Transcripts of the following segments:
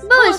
pessoal,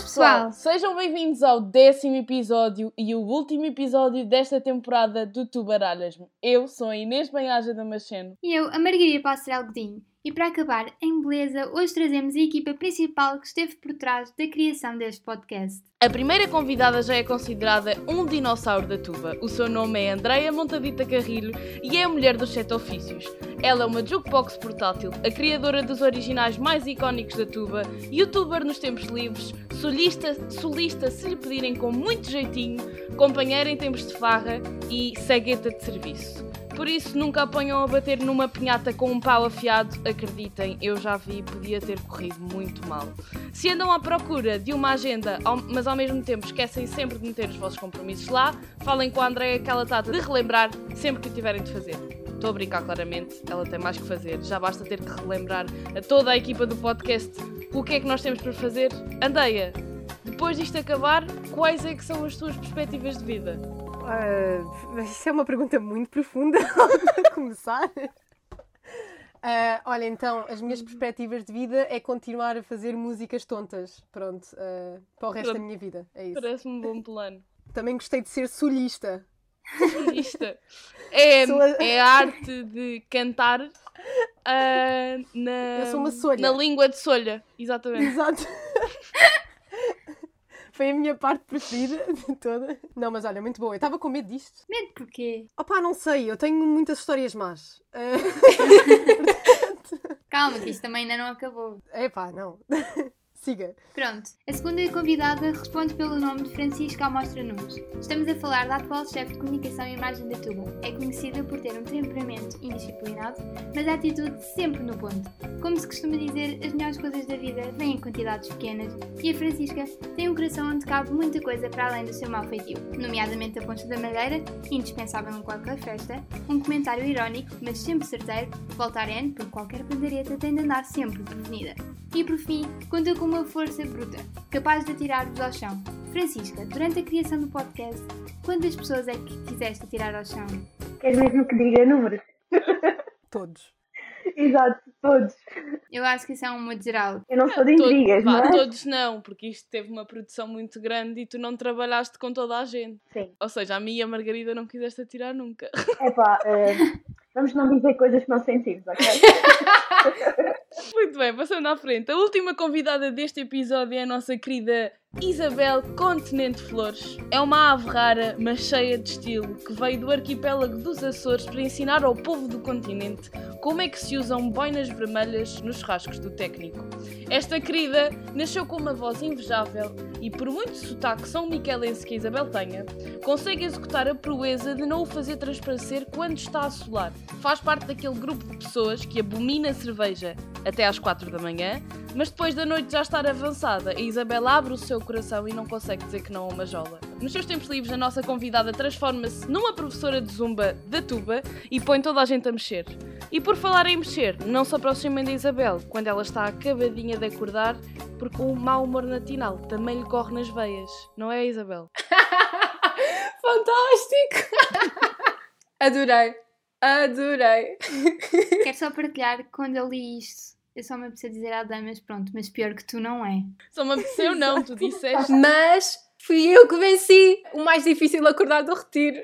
pessoal. sejam bem-vindos ao décimo episódio e o último episódio desta temporada do Tu Baralhas-me. Eu sou a Inês Banhaja Damasceno. E eu, a Margarida Passerel Godinho. E para acabar em beleza, hoje trazemos a equipa principal que esteve por trás da criação deste podcast. A primeira convidada já é considerada um dinossauro da tuba. O seu nome é Andreia Montadita Carrilho e é a mulher dos sete ofícios. Ela é uma jukebox portátil, a criadora dos originais mais icónicos da tuba, youtuber nos tempos livres, solista, solista se lhe pedirem com muito jeitinho, companheira em tempos de farra e cegueta de serviço. Por isso, nunca apanham a bater numa pinhata com um pau afiado, acreditem, eu já vi, podia ter corrido muito mal. Se andam à procura de uma agenda, ao- mas ao mesmo tempo esquecem sempre de meter os vossos compromissos lá, falem com a Andréia que ela está de relembrar sempre que o tiverem de fazer. Estou a brincar claramente, ela tem mais que fazer, já basta ter que relembrar a toda a equipa do podcast o que é que nós temos para fazer. Andreia, depois disto acabar, quais é que são as tuas perspectivas de vida? Ah, isso é uma pergunta muito profunda para começar. Ah, olha, então, as Uhum. minhas perspectivas de vida é continuar a fazer músicas tontas, pronto, ah, para o resto da Pronto. minha vida, é isso. Parece-me um bom plano. Também gostei de ser solista. Isto é, Sou a- é a arte de cantar ah, na, Eu sou uma solha. na língua de solha, exatamente. Exato. Foi a minha parte preferida de toda. Não, mas olha, muito boa. Eu estava com medo disto. Medo porquê? Opá, não sei, eu tenho muitas histórias más. Ah, Calma, que isto também ainda não acabou. Epá, é não. Siga. Pronto, a segunda convidada responde pelo nome de Francisca Almostra Nunes. Estamos a falar da atual chefe de comunicação e imagem da Tubo. É conhecida por ter um temperamento indisciplinado, mas a atitude sempre no ponto. Como se costuma dizer, as melhores coisas da vida vêm em quantidades pequenas e a Francisca tem um coração onde cabe muita coisa para além do seu mau feitio, nomeadamente a ponte da madeira, indispensável em qualquer festa, um comentário irónico, mas sempre certeiro, voltarem, porque qualquer pandareta tem de andar sempre prevenida. E por fim, conta com uma força bruta, capaz de atirar-vos ao chão. Francisca, durante a criação do podcast, quantas pessoas é que quiseste atirar ao chão? Queres mesmo que diga números? Todos. Exato, todos. Eu acho que isso é um modo geral. Eu não sou de Todo- intrigas, vá, não é? Todos não, porque isto teve uma produção muito grande e tu não trabalhaste com toda a gente. Sim. Ou seja, a mim e a Margarida não quiseste atirar nunca. Epá, eh, vamos não dizer coisas que não sentimos, ok? Muito bem, passando à frente. A última convidada deste episódio é a nossa querida Isabel Continente Flores. É uma ave rara, mas cheia de estilo, que veio do arquipélago dos Açores para ensinar ao povo do continente como é que se usam boinas vermelhas nos churrascos do técnico. Esta querida nasceu com uma voz invejável e, por muito sotaque são miquelense que a Isabel tenha, consegue executar a proeza de não o fazer transparecer quando está a solar. Faz parte daquele grupo de pessoas que abomina a cerveja até às 4 da manhã, mas depois da noite já estar avançada, a Isabela abre o seu coração e não consegue dizer que não a uma jola. Nos seus tempos livres, a nossa convidada transforma-se numa professora de zumba da tuba e põe toda a gente a mexer. E por falar em mexer, não se aproximem da Isabel quando ela está acabadinha de acordar, porque o mau humor matinal também lhe corre nas veias, não é, Isabel? Fantástico! Adorei, adorei. Quero só partilhar que quando eu li isto. Eu só me preciso dizer à damas, pronto, mas pior que tu não é. Só me apeteceu, não, tu disseste. Mas fui eu que venci o mais difícil acordar do retiro.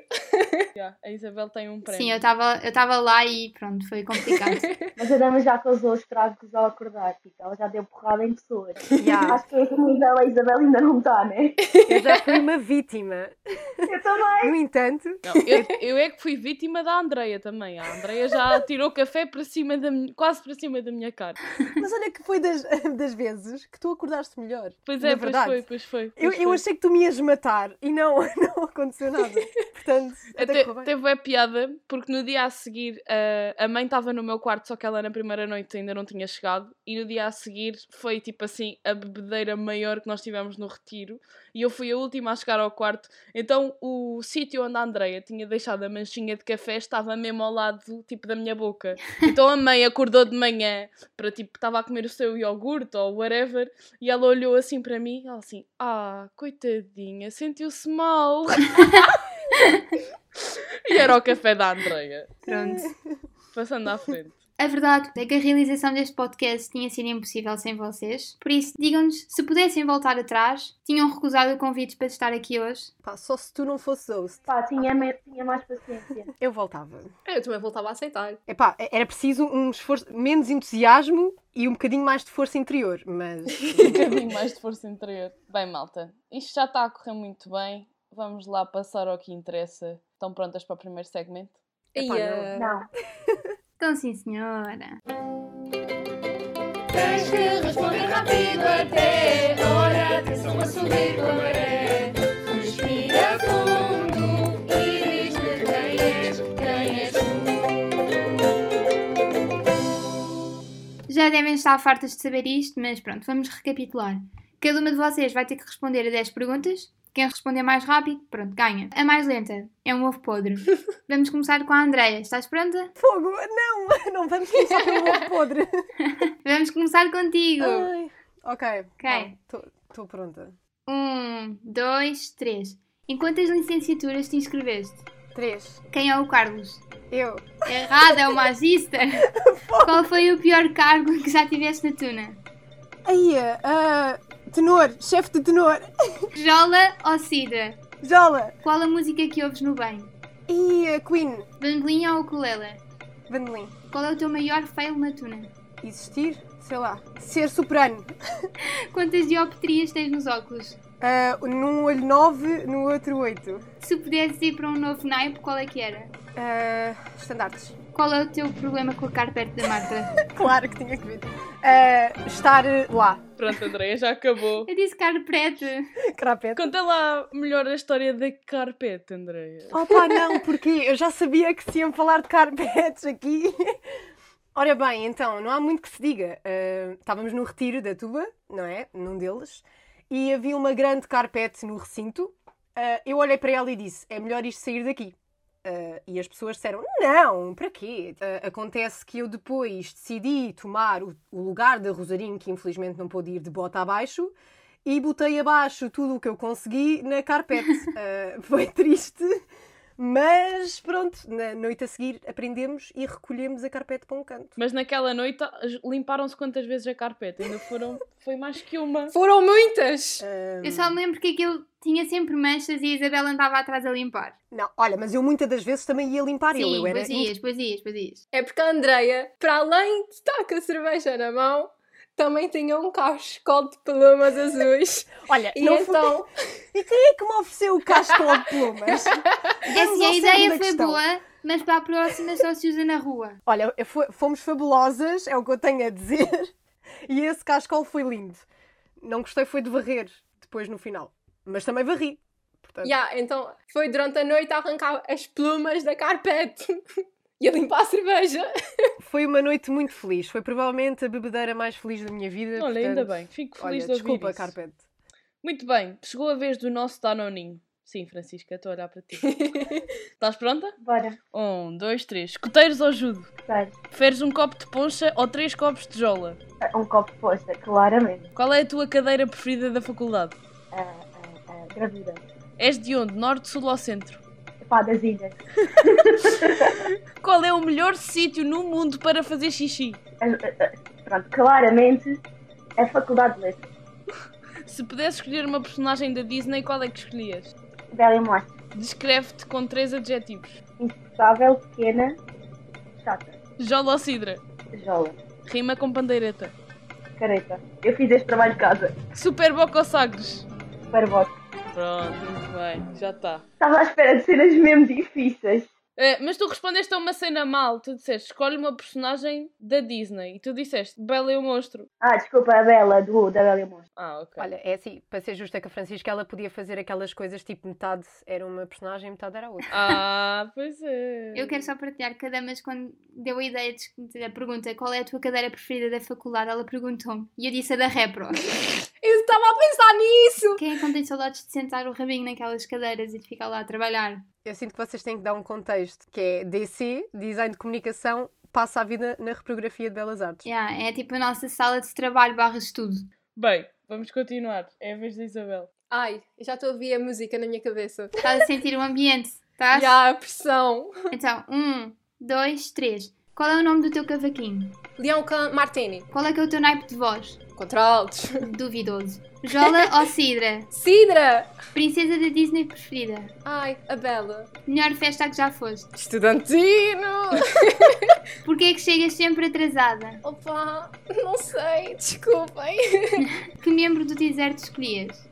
Já, a Isabel tem um prémio. Sim, eu estava eu tava lá e pronto, foi complicado. Mas a dama já causou estragos ao acordar, tipo, ela já deu porrada em pessoas. Já, Tá. Acho que é que a nível a Isabel ainda não está, né? eu já fui uma vítima. Eu também. No entanto, Não, eu, eu é que fui vítima da Andreia também. A Andreia já tirou café para cima da, mi- quase para cima da minha cara. Mas olha que foi das, das vezes que tu acordaste melhor. Pois Na é, pois verdade. foi, pois foi. Eu, Pois eu foi. achei que tu me ias matar e não, não aconteceu nada. Portanto, até, Até, correu bem. teve é piada, porque no dia a seguir ah, a mãe estava no meu quarto, só que ela na primeira noite ainda não tinha chegado, e no dia a seguir foi tipo assim a bebedeira maior que nós tivemos no retiro, e eu fui a última a chegar ao quarto. Então o sítio onde a Andreia tinha deixado a manchinha de café estava mesmo ao lado tipo da minha boca. Então a mãe acordou de manhã para tipo, estava a comer o seu iogurte ou whatever, e ela olhou assim para mim, ela assim, ah, coitadinha, sentiu-se mal. E era o café da Andreia. Pronto. Passando à frente. A verdade é que a realização deste podcast tinha sido impossível sem vocês. Por isso, digam-nos se pudessem voltar atrás, tinham recusado o convite para estar aqui hoje. Pá, só se tu não fosse host, Pá, tinha, me- tinha mais paciência. eu voltava. Eu também voltava a aceitar. Epá, era preciso um esforço, menos entusiasmo e um bocadinho mais de força interior, mas Um bocadinho mais de força interior. Bem, malta, isto já está a correr muito bem. Vamos lá passar ao que interessa. Estão prontas para o primeiro segmento? Epá, Ia. Não, Então, sim, senhora. Tens que responder rápido até a hora. Atenção a subir com a maré. Respira fundo e diz-me quem és, quem és Já devem estar fartas de saber isto, mas pronto, vamos recapitular. Cada uma de vocês vai ter que responder a 10 perguntas. Quem responder mais rápido, pronto, ganha. A mais lenta é um ovo podre. Vamos começar com a Andreia. Estás pronta? fogo, não, não vamos começar pelo ovo podre. Vamos começar contigo. Ai, ok, Ok. estou pronta. Um, dois, três. Em quantas licenciaturas te inscreveste? Três, Quem é o Carlos? eu, Errado, é o Magister. Qual foi o pior cargo que já tiveste na Tuna? aí, ah, tenor, chefe de tenor, Jola ou Cida? Jola, Qual a música que ouves no bem? e a Queen, Bandolim ou ukulele? Vandelin. Qual é o teu maior fail na Tuna? Existir, sei lá, ser soprano. Quantas dioptrias tens nos óculos? Ah, num olho nove, no outro oito. Se pudesses ir para um novo naipe, qual é que era? Ah, estandartes. Qual é o teu problema com a carpete da Marta? Claro que tinha que vir. Ah, estar lá. Pronto, Andréia, já acabou. Eu disse carpete. Crapete. Conta lá melhor a história da carpete, Andréia. Oh pá, não, porque eu já sabia que se iam falar de carpetes aqui. Ora bem, então, não há muito que se diga. Ah, estávamos no retiro da tuba, não é? Num deles. E havia uma grande carpete no recinto. Ah, eu olhei para ela e disse, é melhor isto sair daqui. Ah, e as pessoas disseram, não, para quê? Ah, acontece que eu depois decidi tomar o, o lugar da Rosarinho, que infelizmente não pôde ir de bota abaixo, e botei abaixo tudo o que eu consegui na carpete. Ah, foi triste, mas pronto, na noite a seguir aprendemos e recolhemos a carpete para um canto. Mas naquela noite limparam-se quantas vezes a carpete? Ainda foram. Foi mais que uma. Foram muitas! Ah, Eu só me lembro que aquilo tinha sempre manchas e a Isabela andava atrás a limpar. não, olha, mas eu muitas das vezes também ia limpar ele. Sim, Eu era pois ias, pois ias, pois ias. É porque a Andreia, para além de estar com a cerveja na mão, também tinha um cachecol de plumas azuis. Olha, E não foi- então, E quem é que me ofereceu o casco de plumas? Vamos Assim, ao a ideia cerne da foi questão. boa, mas para a próxima só se usa na rua. Olha, eu fo- fomos fabulosas, é o que eu tenho a dizer. E esse cascol foi lindo. Não gostei foi de varrer depois no final. Mas também varri. Portanto, yeah, então foi durante a noite a arrancar as plumas da carpete e a limpar a cerveja. Foi uma noite muito feliz. Foi provavelmente a bebedeira mais feliz da minha vida. Olha, ainda portanto, bem. Fico feliz olha, de ouvir desculpa, isso. Carpete. Muito bem, chegou a vez do nosso Danoninho. Sim, Francisca, estou a olhar para ti. Estás pronta? bora, Um, dois, três. Escuteiros ou judo? sério. Preferes um copo de poncha ou três copos de jola? Um copo de posta, claramente. Qual é a tua cadeira preferida da faculdade? Ah, ah, ah, gravura. És de onde? Norte, sul ou centro? Pá, das ilhas. Qual é o melhor sítio no mundo para fazer xixi? Ah, ah, ah, Pronto, claramente a faculdade de letras. Se pudesses escolher uma personagem da Disney, qual é que escolhias? Bela e mostra. Descreve-te com três adjetivos. Insuportável, pequena, chata, Jola ou sidra? jola, Rima com pandeireta. careta. Eu fiz este trabalho de casa. Super Boca ou Sagres? Barbosa. Pronto, muito bem, já está. Estava à espera de cenas mesmo difíceis. É, mas tu respondeste a uma cena mal. Tu disseste, escolhe uma personagem da Disney. E tu disseste, Bela e o Monstro. Ah, desculpa, a Bela, do, da Bela e o Monstro. Ah, ok. Olha, é assim, para ser justa com a Francisca, ela podia fazer aquelas coisas tipo metade era uma personagem, metade era outra. Ah, pois é. Eu quero só partilhar que a Damas, quando deu a ideia de- da pergunta qual é a tua cadeira preferida da faculdade, ela perguntou-me. E eu disse a da Repro. Eu estava a pensar nisso! Quem é que não tem saudades de sentar o rabinho naquelas cadeiras e de ficar lá a trabalhar? Eu sinto que vocês têm que dar um contexto, que é DC, Design de Comunicação, passa a vida na reprografia de Belas Artes. Yeah, é tipo a nossa sala de trabalho barra estudo. Bem, vamos continuar. É a vez da Isabel. Ai, eu já estou a ouvir a música na minha cabeça. Estás a sentir o ambiente, estás? E há a pressão. Então, um, dois, três. Qual é o nome do teu cavaquinho? Leão Can Martini. Qual é que é o teu naipe de voz? Contraltos. Duvidoso. Jola ou Sidra? Sidra. Princesa da Disney preferida? Ai, a Bela. Melhor festa a que já foste? Estudantino. Porquê é que chegas sempre atrasada? Opa, não sei, desculpem. Que membro do deserto escolhias?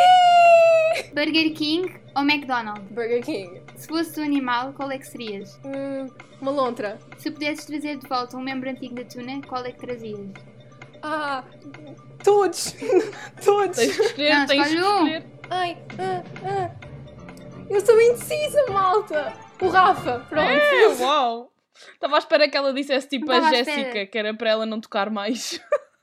Topi! Burger King ou McDonald's? Burger King. Se fosse um animal, qual é que serias? Hum, uma lontra. Se pudesses trazer de volta um membro antigo da Tuna, qual é que trazias? Ah, todos. todos. Tens de escolher, Não, tens de escolhe um. escolher. Ai, ah, ah. Eu sou indecisa, malta. O Rafa, pronto. É, uau! Estava à espera que ela dissesse tipo Não a estava à Jéssica, espera. que era para ela não tocar mais.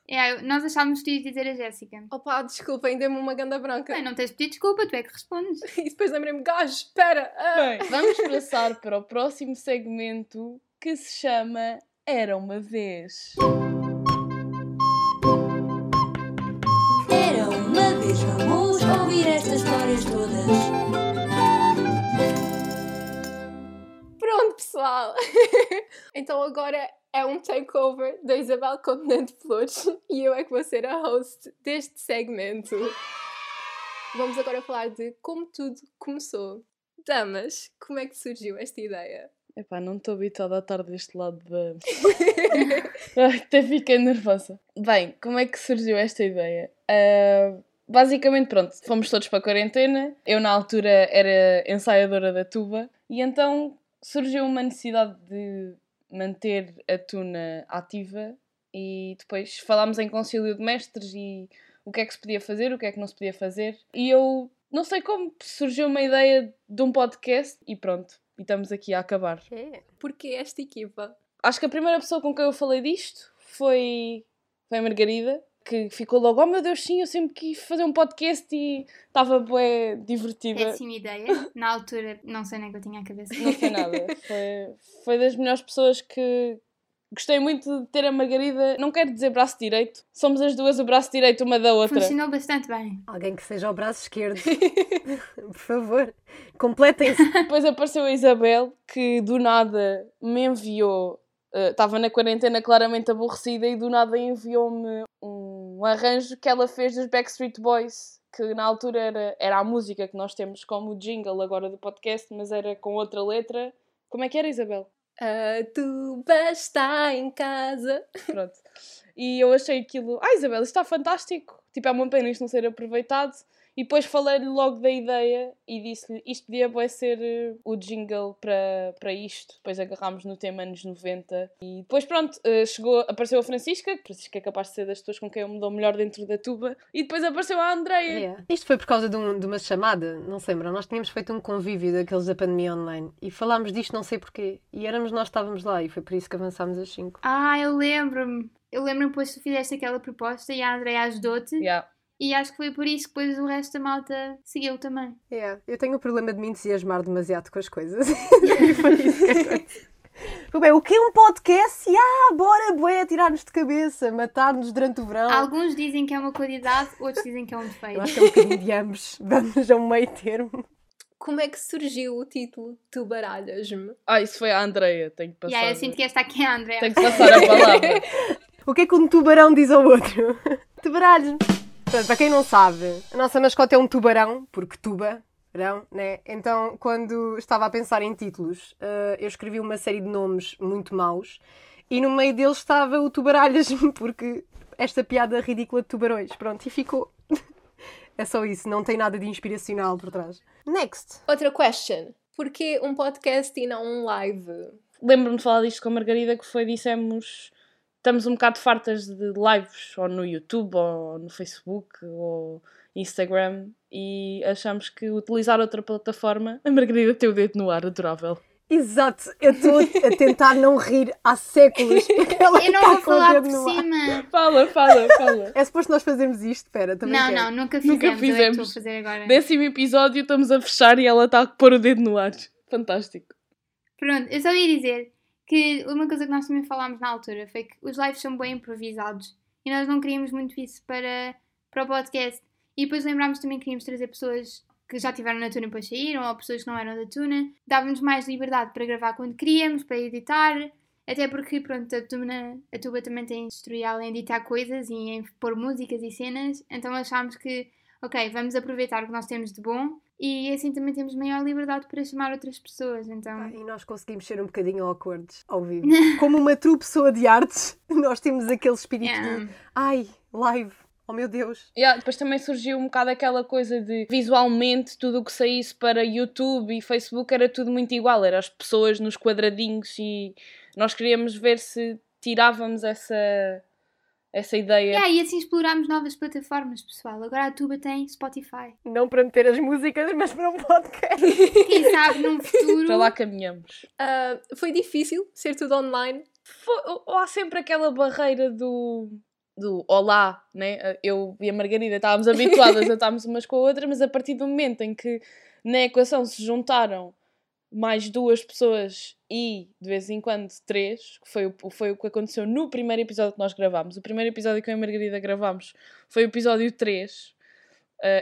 É, nós achávamos que tu ias dizer a Jéssica. Opa, desculpem, dei-me uma ganda branca. Bem, não tens de pedir desculpa, tu é que respondes. E depois lembrei-me, gajo, espera. ah. Bem, vamos passar para o próximo segmento que se chama Era uma vez. Era uma vez, vamos ouvir estas histórias todas. Pronto, pessoal. então agora é um takeover da Isabel Continente Flores e eu é que vou ser a host deste segmento. Vamos agora falar de como tudo começou. Damas, como é que surgiu esta ideia? Epá, não estou habituada a estar deste lado da. Ai, Até fiquei nervosa. Bem, como é que surgiu esta ideia? Ah, basicamente, pronto, fomos todos para a quarentena. Eu, na altura, era ensaiadora da tuba e então surgiu uma necessidade de manter a tuna ativa e depois falámos em concílio de mestres e o que é que se podia fazer, o que é que não se podia fazer. E eu não sei como surgiu uma ideia de um podcast e pronto, e estamos aqui a acabar. Porquê esta equipa? Acho que a primeira pessoa com quem eu falei disto foi, foi a Margarida, que ficou logo, oh meu Deus, sim, eu sempre quis fazer um podcast e estava bué divertida. Péssima É ideia. Na altura, não sei nem que eu tinha a cabeça. Não foi nada. Foi, foi das melhores pessoas que gostei muito de ter a Margarida. Não quero dizer braço direito, somos as duas o braço direito uma da outra. Funcionou bastante bem. Alguém que seja o braço esquerdo. Por favor, completem-se. Depois apareceu a Isabel, que do nada me enviou. eh, Estava na quarentena claramente aborrecida e do nada enviou-me um arranjo que ela fez dos Backstreet Boys, que na altura era, era a música que nós temos como jingle agora do podcast, mas era com outra letra. Como é que era, Isabel? A tuba está em casa. Pronto. E eu achei aquilo, ah Isabel, isto está fantástico. Tipo, é uma pena isto não ser aproveitado. E depois falei-lhe logo da ideia e disse-lhe, isto podia bué ser eh, o jingle para para isto. Depois agarrámos no tema anos 90. E depois pronto, eh, chegou, apareceu a Francisca. Francisca é capaz de ser das pessoas com quem eu me dou melhor dentro da tuba. E depois apareceu a Andreia. Yeah. Isto foi por causa de, um- de uma chamada, não se lembram? Nós tínhamos feito um convívio daqueles da pandemia online e falámos disto não sei porquê. E éramos nós que estávamos lá e foi por isso que avançámos às 5. Ah, eu lembro-me. Eu lembro-me depois que tu fizeste aquela proposta e a Andrea ajudou-te. Yeah. E acho que foi por isso que depois o resto da malta seguiu também. Yeah. Eu tenho o problema de me entusiasmar demasiado com as coisas. E foi isso que aconteceu. Foi bem, o que é um podcast? Ah, bora, boé, tirar-nos de cabeça, matar-nos durante o verão. Alguns dizem que é uma qualidade, outros dizem que é um defeito. Eu acho que é um bocadinho de ambos, vamos a um meio termo. Como é que surgiu o título Tu Baralhas-me? Ah, isso foi a Andreia. Tenho que E passar, aí eu sinto que esta aqui é a Andrea. tenho que passar a palavra. O que é que um tubarão diz ao outro? Tubaralho! Portanto, para quem não sabe, a nossa mascote é um tubarão, porque tubarão, né? Então, quando estava a pensar em títulos, eh, eu escrevi uma série de nomes muito maus e no meio deles estava o tubaralhas, porque esta piada ridícula de tubarões. Pronto, e ficou. É só isso, não tem nada de inspiracional por trás. Next! Outra question. Porquê um podcast e não um live? lembro-me de falar disto com a Margarida que foi, dissemos, estamos um bocado fartas de lives, ou no YouTube, ou no Facebook, ou Instagram, e achamos que utilizar outra plataforma, a Margarida tem o dedo no ar, adorável. Exato, eu estou a tentar não rir há séculos. porque ela Eu não tá vou com o falar dedo por no ar. cima. Fala, fala, fala. É suposto nós fazermos isto? Pera, também Não, quero. não, nunca fizemos. Nunca Eu é que estou fizemos. a fazer agora. Décimo episódio, estamos a fechar e ela está a pôr o dedo no ar. Fantástico. Pronto, eu só ia dizer que uma coisa que nós também falámos na altura foi que os lives são bem improvisados e nós não queríamos muito isso para, para o podcast. E depois lembrámos também que queríamos trazer pessoas que já tiveram na Tuna e depois saíram, ou pessoas que não eram da Tuna. Dava-nos mais liberdade para gravar quando queríamos, para editar. Até porque, pronto, a Tuna, a Tuba também tem instruir além de editar coisas e em pôr músicas e cenas, então achámos que, ok, vamos aproveitar o que nós temos de bom e assim também temos maior liberdade para chamar outras pessoas, então... Ah, E nós conseguimos ser um bocadinho acordes ao vivo. Como uma true pessoa de artes, nós temos aquele espírito Yeah. de ai, live, oh meu Deus. Yeah, depois também surgiu um bocado aquela coisa de visualmente tudo o que saísse para YouTube e Facebook era tudo muito igual, eram as pessoas nos quadradinhos e nós queríamos ver se tirávamos essa, essa ideia. Yeah, e assim explorámos novas plataformas, pessoal. Agora a Tuba tem Spotify. Não para meter as músicas, mas para um podcast. Quem sabe num futuro... Para Tá lá caminhamos. Ah, foi difícil ser tudo online. Foi- ou- ou há sempre aquela barreira do, do olá, né? Eu e a Margarida estávamos habituadas a estarmos umas com a outra, mas a partir do momento em que na equação se juntaram mais duas pessoas e de vez em quando três, que foi, o- foi o que aconteceu no primeiro episódio que nós gravámos. O primeiro episódio que eu e a Margarida gravámos foi o episódio 3.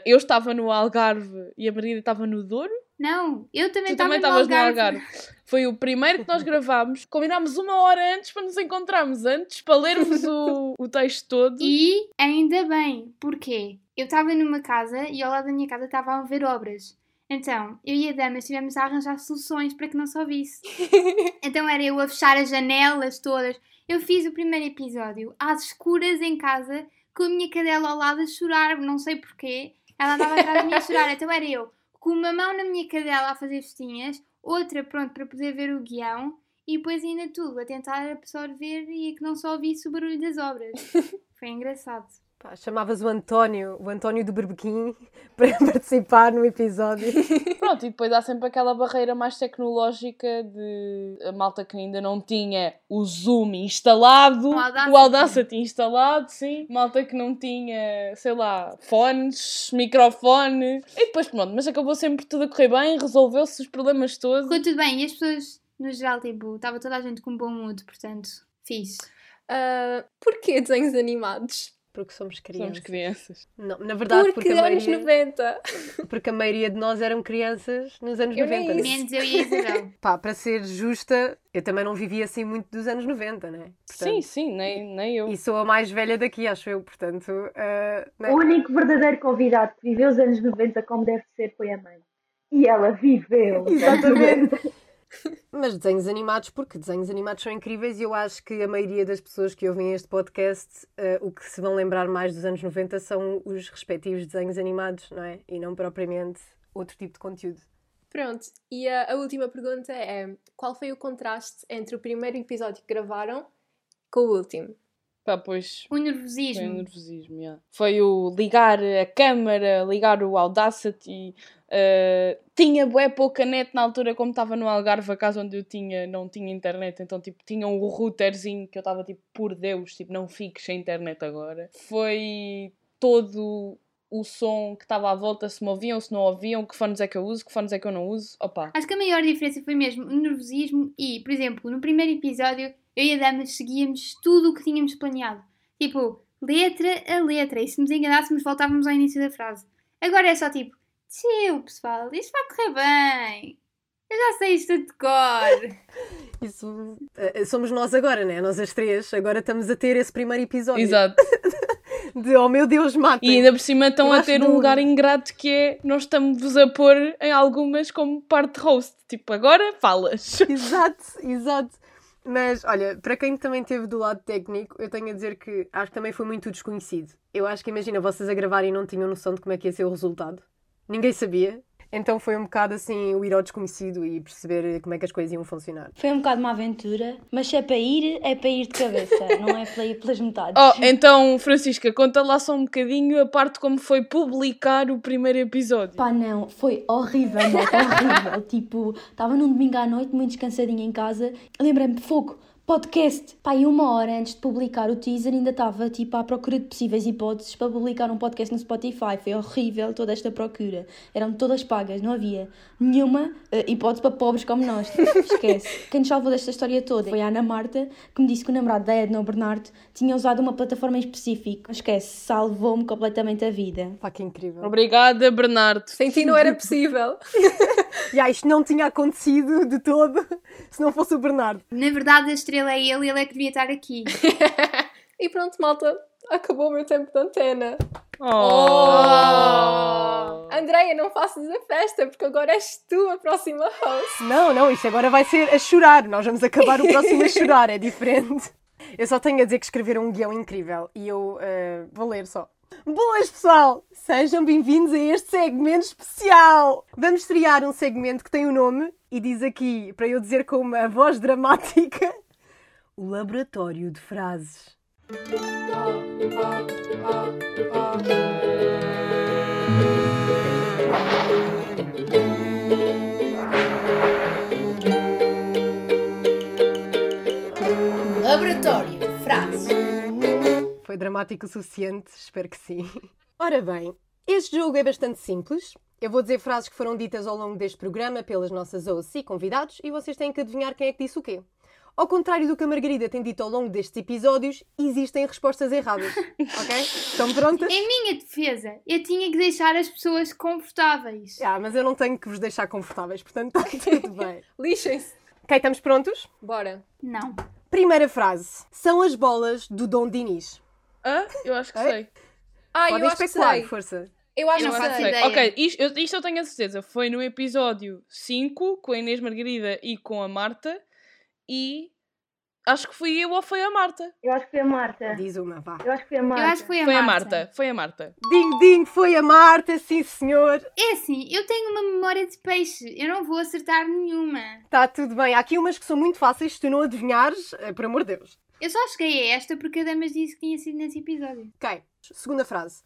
eu estava no Algarve e a Margarida estava no Douro. Não, eu também Tu estava também no estavas no Algarve. Algarve. Foi o primeiro que nós gravámos. Combinámos uma hora antes para nos encontrarmos antes, para lermos o, o texto todo. E ainda bem, porquê? Eu estava numa casa e ao lado da minha casa estavam a ver obras. Então, eu e a Dama estivemos a arranjar soluções para que não se ouvisse. então era eu a fechar as janelas todas. Eu fiz o primeiro episódio às escuras em casa, com a minha cadela ao lado a chorar, não sei porquê. Ela andava atrás de mim a chorar, então era eu com uma mão na minha cadela a fazer festinhas, outra pronto para poder ver o guião e depois ainda tudo a tentar absorver e a que não só ouvisse o barulho das obras. Foi engraçado. Pá, chamavas o António, o António do Berbequim, para participar no episódio. Pronto, e depois há sempre aquela barreira mais tecnológica de a malta que ainda não tinha o Zoom instalado, O Audacity. o Audacity instalado, sim. Malta que não tinha, sei lá, fones, microfone. E depois pronto, mas acabou sempre tudo a correr bem, resolveu-se os problemas todos. Ficou tudo bem e as pessoas, no geral, tipo, estava toda a gente com um bom mood, portanto, fiz. Ah, porquê desenhos animados? Porque somos crianças. Somos crianças. Não, na verdade, porque, Porque a anos maioria, 90. porque a maioria de nós eram crianças nos anos Eu nem 90. né? Menos eu e a Isabel. Pá, para ser justa, eu também não vivi assim muito dos anos 90, né? Portanto, sim, sim, nem, nem eu. E sou a mais velha daqui, acho eu, portanto. ah, né? O único verdadeiro convidado que viveu os anos 90 como deve ser foi a mãe. E ela viveu. Exatamente. Mas desenhos animados, porque desenhos animados são incríveis e eu acho que a maioria das pessoas que ouvem este podcast, eh, o que se vão lembrar mais dos anos 90 são os respectivos desenhos animados, não é? E não propriamente outro tipo de conteúdo. Pronto, e a, a última pergunta é: qual foi o contraste entre o primeiro episódio que gravaram com o último? Pá, pois O Foi um o nervosismo. nervosismo, yeah. Foi o ligar a câmara, ligar o Audacity. eh, tinha bué pouca net na altura, como estava no Algarve, a casa onde eu tinha, não tinha internet. Então, tipo, tinha um routerzinho que eu estava, tipo, por Deus, tipo, não fiques sem internet agora. Foi todo o som que estava à volta, se me ouviam, se não ouviam, que fones é que eu uso, que fones é que eu não uso. Opa, Acho que a maior diferença foi mesmo o nervosismo e, por exemplo, no primeiro episódio, eu e a Dama seguíamos tudo o que tínhamos planeado. Tipo, letra a letra. E se nos enganássemos, voltávamos ao início da frase. Agora é só tipo, chill, pessoal, isto vai correr bem. Eu já sei isto tudo de cor. Isso eh, somos nós agora, não é? Nós as três, agora estamos a ter esse primeiro episódio exato. de Oh meu Deus, mata! E ainda por cima estão Eu a acho ter um duro. lugar ingrato que é nós estamos-vos a pôr em algumas como parte host. Tipo, agora falas. Exato, exato. Mas olha, para quem também esteve do lado técnico, eu tenho a dizer que acho que também foi muito o desconhecido. Eu acho que imagina, vocês a gravarem e não tinham noção de como é que ia ser o resultado. Ninguém sabia. Então foi um bocado assim o ir ao desconhecido e perceber como é que as coisas iam funcionar. Foi um bocado uma aventura, mas se é para ir, é para ir de cabeça, não é para ir pelas metades. Oh, então, Francisca, conta lá só um bocadinho a parte como foi publicar o primeiro episódio. Pá, não, foi horrível, malta, horrível. tipo, estava num domingo à noite, muito descansadinha em casa. Lembrei-me, fogo, podcast. Pá, e uma hora antes de publicar o teaser, ainda estava tipo à procura de possíveis hipóteses para publicar um podcast no Spotify. Foi horrível toda esta procura. Eram todas pagas, não havia nenhuma eh, hipótese para pobres como nós. Esquece. Quem nos salvou desta história toda foi a Ana Marta, que me disse que o namorado da Edna, o Bernardo, tinha usado uma plataforma em específico. Esquece, salvou-me completamente a vida. Pá, que incrível. Obrigada, Bernardo. Sem ti não era possível. Já isto não tinha acontecido de todo se não fosse o Bernardo. Na verdade, a estrela ele é ele, ele é que devia estar aqui. E pronto, malta, acabou o meu tempo de antena. Oh. Andreia, não faças a festa, porque agora és tu a próxima host. Não, não, isto agora vai ser a chorar. Nós vamos acabar o próximo a chorar, é diferente. Eu só tenho a dizer que escreveram um guião incrível e eu eh, vou ler só. Boas, pessoal! Sejam bem-vindos a este segmento especial! Vamos estrear um segmento que tem o nome e diz aqui, para eu dizer com uma voz dramática: O Laboratório de Frases. Laboratório, frases. Foi dramático o suficiente? Espero que sim. Ora bem, este jogo é bastante simples. Eu vou dizer frases que foram ditas ao longo deste programa pelas nossas OC convidados e vocês têm que adivinhar quem é que disse o quê. Ao contrário do que a Margarida tem dito ao longo destes episódios, existem respostas erradas. Ok? Estão prontas? em minha defesa, eu tinha que deixar as pessoas confortáveis. Ah, mas eu não tenho que vos deixar confortáveis, portanto está tudo bem. Lixem-se. Ok, estamos prontos? Bora. Não. Primeira frase. São as bolas do Dom Dinis. Hã? Eu acho que Ei. sei. Ah, Podem eu acho que especular, sei. força. Eu acho Eu que não faço sei. ideia. Ok, isto eu, isto eu tenho a certeza. Foi no episódio 5 com a Inês Margarida e com a Marta. E acho que fui eu ou foi a Marta. Eu acho que foi a Marta. Diz uma, vá. Eu acho que foi a Marta. Eu acho que foi a foi a Marta. Marta. Foi a Marta. Ding ding, foi a Marta, sim senhor. É assim, eu tenho uma memória de peixe, eu não vou acertar nenhuma. Está Tá tudo bem. Há aqui umas que são muito fáceis, se tu não adivinhares, eh, por amor de Deus. Eu só cheguei a esta porque a Damas disse que tinha sido nesse episódio. Ok, segunda frase.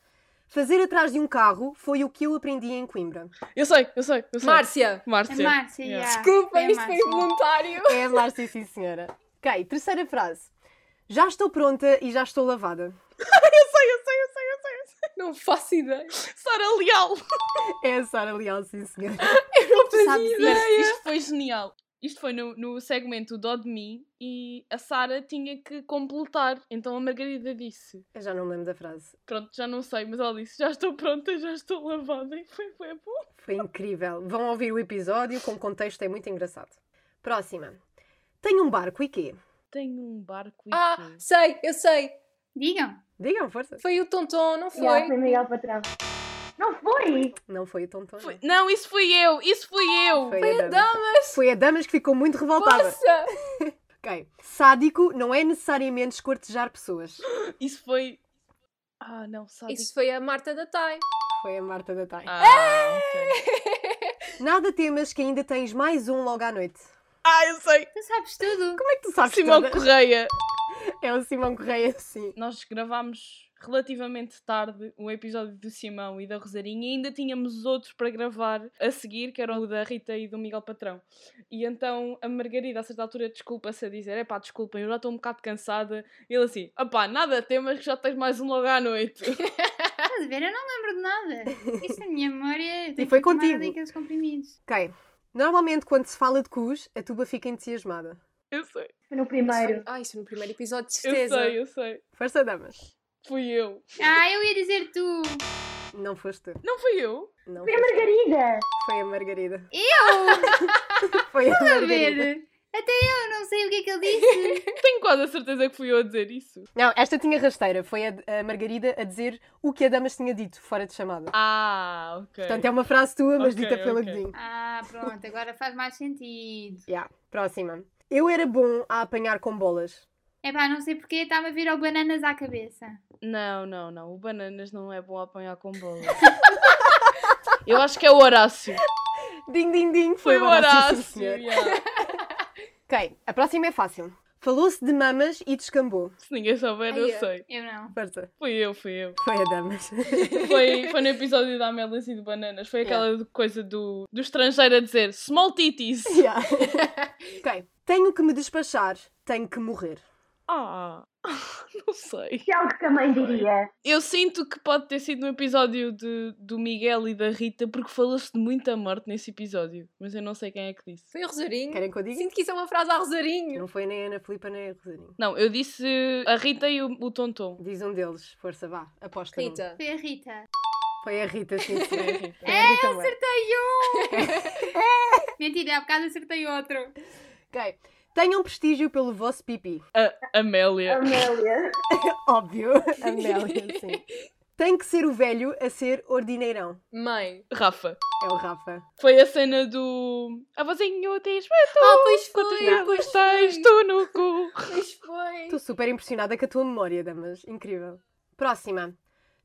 Fazer atrás de um carro foi o que eu aprendi em Coimbra. Eu sei, eu sei, eu sei. Márcia. A Márcia. Márcia, Yeah. yeah. Desculpa, a isto foi Márcia. involuntário. É a Márcia, sim senhora. Ok, terceira frase. Já estou pronta e já estou lavada. Eu sei, eu sei, eu sei, eu sei. Não faço ideia. Sara Leal. É a Sara Leal, sim senhora. Não Tu fazia sabes ideia. Mas isto foi genial. Isto foi no, no segmento do de mim e a Sara tinha que completar. Então a Margarida disse: Eu já não me lembro da frase. Pronto, já não sei, mas ela disse: Já estou pronta, já estou lavada. E foi, foi bom. Foi incrível. Vão ouvir o episódio, com contexto é muito engraçado. Próxima. Tenho um barco e quê? Tenho um barco e. Ah, quê? sei, eu sei. Digam. Digam, força. Foi o Tonton, não foi? Yeah, foi Miguel Patrão. Não foi? Não foi o Tonton. Foi- Não, isso fui eu, isso fui eu. Foi, Foi a Damas. Foi a Damas que ficou muito revoltada. Nossa. Ok. Sádico não é necessariamente escortejar pessoas. Isso foi. Ah, não, sabe. Isso foi a Marta da Tai. Foi a Marta da Thay. Ah, ok. Nada temas que ainda tens mais um logo à noite. Ah, eu sei. Tu sabes tudo. Como é que tu sabes Simão todas? Correia. É o Simão Correia, sim. Nós gravámos relativamente tarde o episódio do Simão e da Rosarinha e ainda tínhamos outros para gravar a seguir, que eram o da Rita e do Miguel Patrão. E então a Margarida, a certa altura, desculpa-se a dizer: é pá, desculpem, eu já estou um bocado cansada. E ele assim: opá, nada temas que já tens mais um logo à noite. Estás a ver? Eu não lembro de nada. Isso é a minha memória. eu tenho foi que tomar contigo. ali aqueles comprimidos. Ok. Normalmente, quando se fala de cus, a tuba fica entusiasmada. eu sei, Foi no Isso foi- primeiro. Ah, isso foi no primeiro episódio, de eu certeza. sei, eu sei. Força, damas. Fui eu. Ah, eu ia dizer tu. Não foste tu. Não fui eu? Não Foi a foste. Margarida. Foi a Margarida. Eu! Foi a A Margarida. ver. Até eu não sei o que é que ele disse. Tenho quase a certeza que fui eu a dizer isso. Não, esta tinha rasteira. Foi a, a Margarida a dizer o que a damas tinha dito, fora de chamada. Ah, ok. Portanto, é uma frase tua, mas Ok, dita pela ok. Godinho. Ah, pronto, agora faz mais sentido. Yeah. Próxima. Eu era bom a apanhar com bolas. É pá, não sei porque estava a vir ao bananas à cabeça. Não, não, não. O bananas não é bom a apanhar com bola. Eu acho que é o Horácio. Ding, ding, ding. Foi, Foi, um o a Horácio, sim, Horácio. senhor. yeah. Ok, a próxima é fácil. Falou-se de mamas e descambou. Se ninguém souber, eu Ai, é. sei. Eu não. Força. Fui eu, fui eu. Foi a damas. Foi, foi no episódio da Amélia e do Bananas. Foi aquela do- coisa do, do estrangeiro a dizer small titties. Yeah. ok. Tenho que me despachar, tenho que morrer. Ah, não sei. Que é algo que a mãe diria. Eu sinto que pode ter sido no episódio de, do Miguel e da Rita, porque falou-se de muita morte nesse episódio. Mas eu não sei quem é que disse. Foi o Rosarinho. Querem que eu diga? Sinto que isso é uma frase ao Rosarinho. Não foi nem a Ana Filipa nem a Rosarinho. Não, eu disse a Rita e o, o Tonton. Diz um deles, força, vá, aposta. num. Rita. Foi a Rita. Foi a Rita, sim, sim. É a Rita. Foi a Rita Moura. Mentira, há bocado acertei outro. Ok. Tenham prestígio pelo vosso pipi. A Amélia. Amélia. Óbvio. Amélia, sim. Tem que ser o velho a ser ordineirão. Mãe. Rafa. É o Rafa. Foi a cena do. A vozinho tens medo. Ah, pois Quantas foi, merdas pois tens tu no cu? Pois foi. Estou super impressionada com a tua memória, damas. Incrível. Próxima.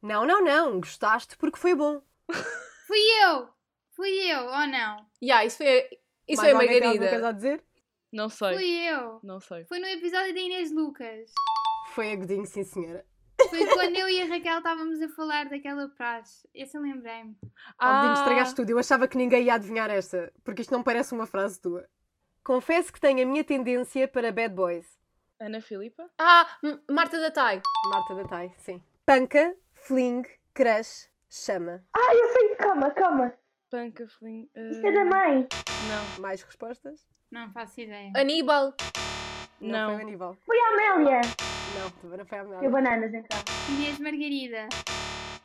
Não, não, não. Gostaste porque foi bom. Fui eu! Fui eu, ou não? Yeah, isso foi, isso Mais foi a alguém tem alguma coisa Margarida. a dizer? Não sei. Fui eu! Não sei. Foi no episódio da Inês Lucas. Foi agudinho, sim, senhora. Foi quando eu e a Raquel estávamos a falar daquela praxe. Esse eu lembrei-me. Ah. Ah, Aldinho, estragaste tudo. Eu achava que ninguém ia adivinhar esta, porque isto não parece uma frase tua. Confesso que tenho a minha tendência para bad boys. Ana Filipa? Ah, M- Marta da Tai. Marta da Tai, sim. Panca, fling, crush, chama. Ah, eu sei. Calma, calma. Panca, fling. eh, Isto é da mãe. Não. Mais respostas? Não faço ideia. Aníbal. Não. Não. foi o Aníbal. Foi a Amélia. Não, também não foi a melhor. E o Bananas, então. Inês Margarida.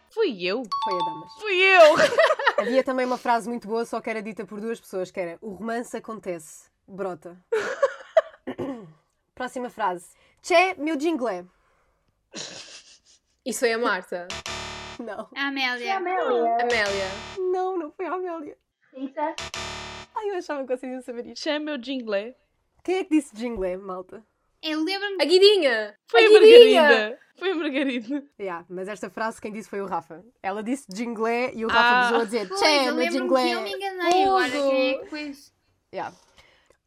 Fui eu? Foi a Damas. Fui eu! Havia também uma frase muito boa, só que era dita por duas pessoas, que era o romance acontece, brota. Próxima frase. Tché, meu jingle. é." Isso foi a Marta. Não. A Foi a Amélia. Amélia. Amélia. Não, não foi a Amélia. Rita. Ai, eu achava que vocês iam saber isto. Chama o jingle. Quem é que disse jingle, malta? Eu lembro-me. A Guidinha. Foi a Guidinha. Margarida. Foi a Margarida. Yeah, mas esta frase quem disse foi o Rafa. Ela disse jingle é e o Rafa Ah. começou a dizer Pois, Tché, eu meu lembro-me que eu me jingle. é." enganei agora. Fogo. Quem é que pôs? Yeah.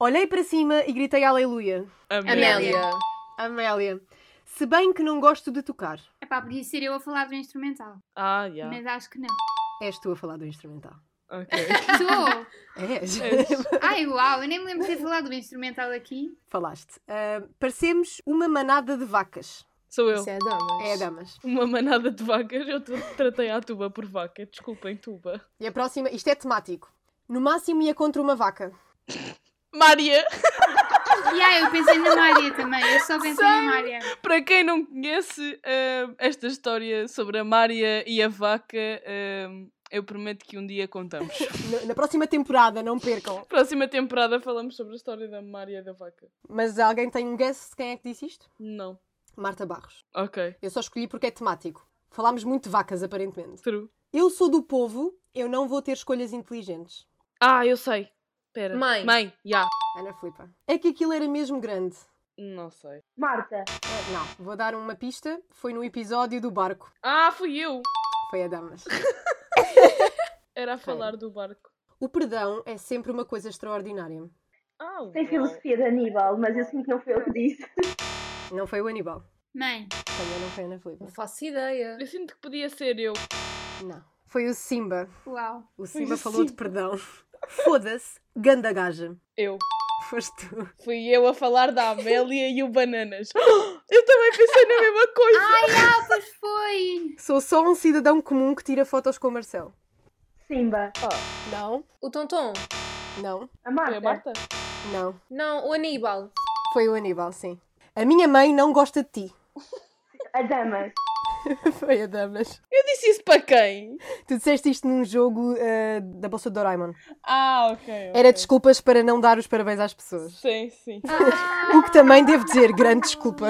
Olhei para cima e gritei aleluia. Amélia. Amélia, se bem que não gosto de tocar, Epá, podia ser eu a falar do instrumental. Ah, já. Mas acho que não. és tu a falar do instrumental. Ok. Sou! És. É, Ai, uau, eu nem me lembro de ter falado do instrumental aqui. Falaste. Ah, parecemos uma manada de vacas. Sou eu. Isso é a Damas. É, damas. Uma manada de vacas. Eu t- tratei a tuba por vaca. Desculpem, tuba. E a próxima, isto é temático. No máximo ia contra uma vaca. Mária! E ai, eu pensei na Mária também. Eu só pensei na Mária. Para quem não conhece ah, esta história sobre a Mária e a vaca, ah, eu prometo que um dia contamos. Na, na próxima temporada, não percam. Próxima temporada falamos sobre a história da Mária e da vaca. Mas alguém tem um guess de quem é que disse isto? Não. Marta Barros. Ok. Eu só escolhi porque é temático. Falámos muito de vacas, aparentemente. True. Eu sou do povo, eu não vou ter escolhas inteligentes. Ah, eu sei. Pera. Mãe. Mãe, já. Ana Flipa. É que aquilo era mesmo grande. Não sei. Marta. Ah, Não, vou dar uma pista. Foi no episódio do barco. Ah, fui eu. Foi a Damas. Era a Ok. falar do barco. O perdão é sempre uma coisa extraordinária. Ah, Tem uau. filosofia de Aníbal, mas eu sinto que não foi eu que disse. Não foi o Aníbal. Mãe, Também não foi a Ana Filipe. Não faço ideia. Eu sinto que podia ser eu. Não. Foi o Simba. uau. O Simba o falou de perdão. Foda-se, ganda gaja. Eu. Foste tu. Fui eu a falar da Amélia e o Bananas. Eu também pensei na mesma coisa. Ai, ah, pois foi! Sou só um cidadão comum que tira fotos com o Marcelo. Simba. Não, O Tonton. não, A Foi a Marta. Marta? não. Não, o Aníbal. Foi o Aníbal, sim. A minha mãe não gosta de ti. A Damas. Foi a Damas. Eu disse isso para quem? Tu disseste isto num jogo eh, da Bolsa de Doraemon. Ah, ok. Era desculpas para não dar os parabéns às pessoas. Sim, sim. O que também devo dizer, grande desculpa.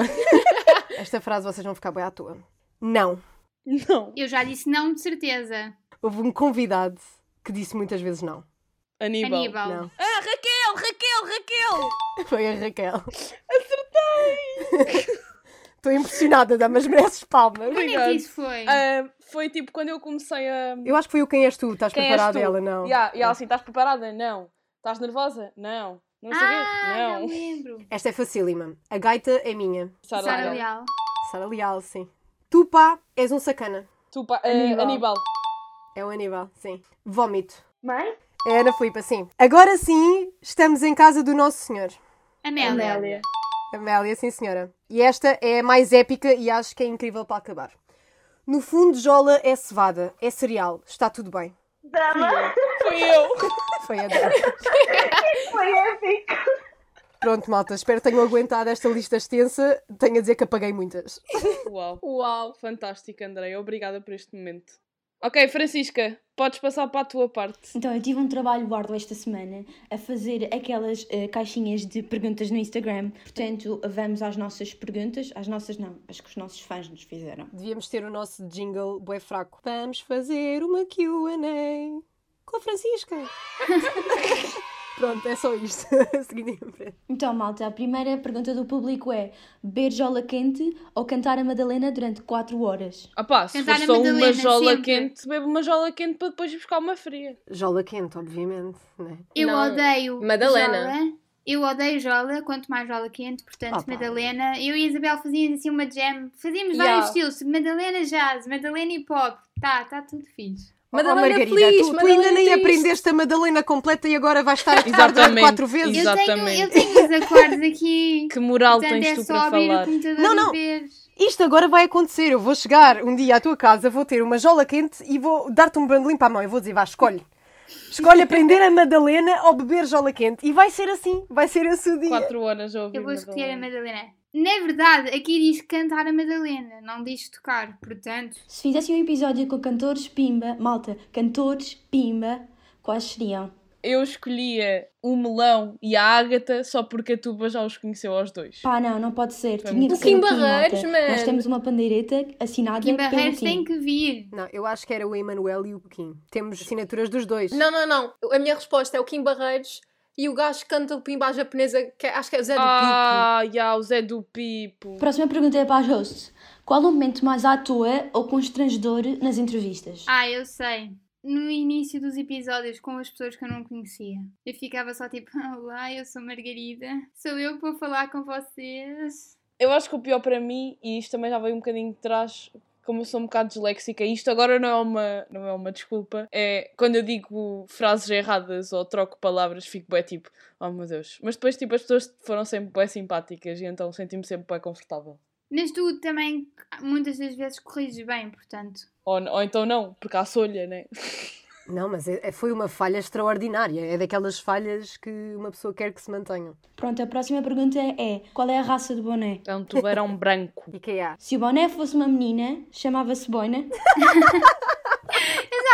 Esta frase vocês vão ficar bem à toa. Não. Não. Eu já disse não, de certeza. Houve um convidado que disse muitas vezes não. Aníbal. Aníbal. Não. Ah, Raquel, Raquel, Raquel! Foi a Raquel. Acertei! Estou impressionada, dá mas mereces palmas. Quando é Obrigada. que isso foi? Ah, foi tipo quando eu comecei a. Eu acho que foi o quem és tu, estás Quem és preparada tu? ela, não. E ela assim, estás preparada? Não. Estás nervosa? Não. Não sei o quê? ah, não Não. Tá lembro. Esta é facílima. A gaita é minha. Sara Sara Leal. Leal. Sara Leal, sim. Tu, pá, és um sacana. Tu, pa- ah, Aníbal. Aníbal. É um Aníbal, sim. Vómito. Mãe? É Ana Filipa, sim. Agora sim, estamos em casa do Nosso Senhor. Amélia. Amélia. Amélia, sim senhora. E esta é a mais épica e acho que é incrível para acabar. No fundo, Jola é cevada, é cereal, está tudo bem. Dama. Fui eu. Foi a dela. Foi épico. Pronto, malta, espero que tenham aguentado esta lista extensa. Tenho a dizer que apaguei muitas. Uau. Uau. Fantástico, André. Obrigada por este momento. Ok, Francisca, podes passar para a tua parte. Então, eu tive um trabalho árduo esta semana a fazer aquelas eh, caixinhas de perguntas no Instagram. Portanto, vamos às nossas perguntas. Às nossas, não, as que os nossos fãs nos fizeram. Devíamos ter o nosso jingle bué fraco. Vamos fazer uma Q&A com a Francisca. Pronto, é só isto. Seguindo em frente. Então, malta, a primeira pergunta do público é: beber jola quente ou cantar a Madalena durante 4 horas? Ah pá, se Cantar for a só uma Madalena, jola sempre. quente, bebo uma jola quente para depois ir buscar uma fria. Jola quente, obviamente, né? Eu Não, odeio Madalena. Jola. Eu odeio Jola, quanto mais Jola quente, portanto, Ah, pá. Madalena. Eu e a Isabel fazíamos assim uma jam, fazíamos Yeah. vários estilos, tipo Madalena jazz, Madalena hip hop, tá, tá tudo fixe. Oh, Madalena Margarida, feliz, tu, tu Madalena ainda nem triste. aprendeste a Madalena completa e agora vais estar a tocar durante Exatamente. quatro vezes. Eu tenho, eu Exatamente. tenho os acordes aqui, Que moral portanto, tens é tu só para abrir falar? o computador Não, e não. ver. Isto agora vai acontecer. Eu vou chegar um dia à tua casa, vou ter uma jola quente e vou dar-te um bandolim para a mão. Eu vou dizer, vá, escolhe. Escolhe aprender a Madalena ou beber jola quente. E vai ser assim. Vai ser esse o dia. 4 horas a ouvir. Eu vou escolher a Madalena. Madalena. Na verdade, aqui diz cantar a Madalena, não diz tocar, portanto, Se fizessem um episódio com cantores Pimba, malta, cantores Pimba, quais seriam? Eu escolhia o Melão e a Ágata só porque a Tuba já os conheceu aos dois. Pá, não, não pode ser. Foi Tinha que O ser Kim aqui, malta. Barreiros, man. Nós temos uma pandeireta assinada Kim pelo Barreiros Kim. tem que vir. Não, eu acho que era o Emanuel e o Kim. Temos assinaturas dos dois. Não, não, não. A minha resposta é o Kim Barreiros e o gajo que canta o pimba à japonesa, que é- acho que é o Zé do Pipo. Ah, já, o Zé do Pipo. Próxima pergunta é para as hosts. Qual o momento mais à toa ou constrangedor nas entrevistas? Ah, eu sei. No início dos episódios com as pessoas que eu não conhecia, eu ficava só tipo: Olá, eu sou Margarida, sou eu que vou falar com vocês. Eu acho que o pior para mim, e isto também já veio um bocadinho de trás, como eu sou um bocado disléxica, e isto agora não é uma, não é uma desculpa, é quando eu digo frases erradas ou troco palavras, fico bem tipo, oh meu Deus. Mas depois, tipo, as pessoas foram sempre bem simpáticas e então senti-me sempre bem confortável. Mas tu também, muitas das vezes, corriges bem, portanto. Ou, ou então não, porque há solha, né? Não, mas é- é- foi uma falha extraordinária. É daquelas falhas que uma pessoa quer que se mantenham. Pronto, a próxima pergunta é qual é a raça do boné? É um tubarão branco. IKEA. Se o boné fosse uma menina, chamava-se boina.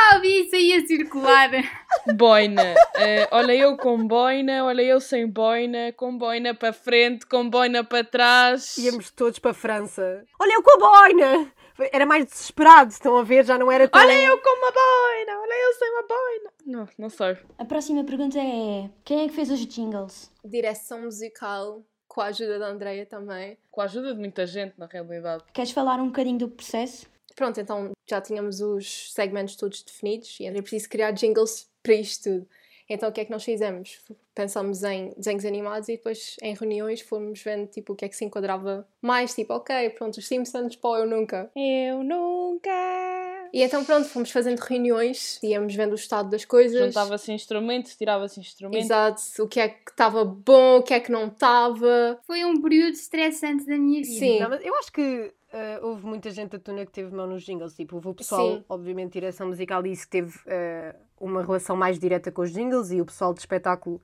Ah, ouvi isso aí a circular. Boina. Eh, olha eu com boina, olha eu sem boina, com boina para frente, com boina para trás. Íamos todos para a França. Olha, é eu com a boina! né? Era mais desesperado, estão a ver? Já não era tão... Olha eu com uma boina, olha eu sem uma boina. Não, não sei. A próxima pergunta é quem é que fez os jingles? Direção musical, com a ajuda da Andreia também. Com a ajuda de muita gente, na realidade. Queres falar um bocadinho do processo? Pronto, então já tínhamos os segmentos todos definidos e era preciso criar jingles para isto tudo. Então o que é que nós fizemos? Pensámos em desenhos animados e depois em reuniões fomos vendo tipo, o que é que se enquadrava mais. Tipo, ok, pronto, os Simpsons para o Eu Nunca. Eu nunca. E então pronto, fomos fazendo reuniões, íamos vendo o estado das coisas. Juntava-se instrumentos, tirava-se instrumentos. Exato, o que é que estava bom, o que é que não estava. Foi um período estressante da minha vida. Sim. Não, mas eu acho que eh, houve muita gente da Tuna que teve mão nos jingles. Tipo, houve o pessoal, Sim. obviamente, direção musical disse que teve eh, uma relação mais direta com os jingles e o pessoal de espetáculo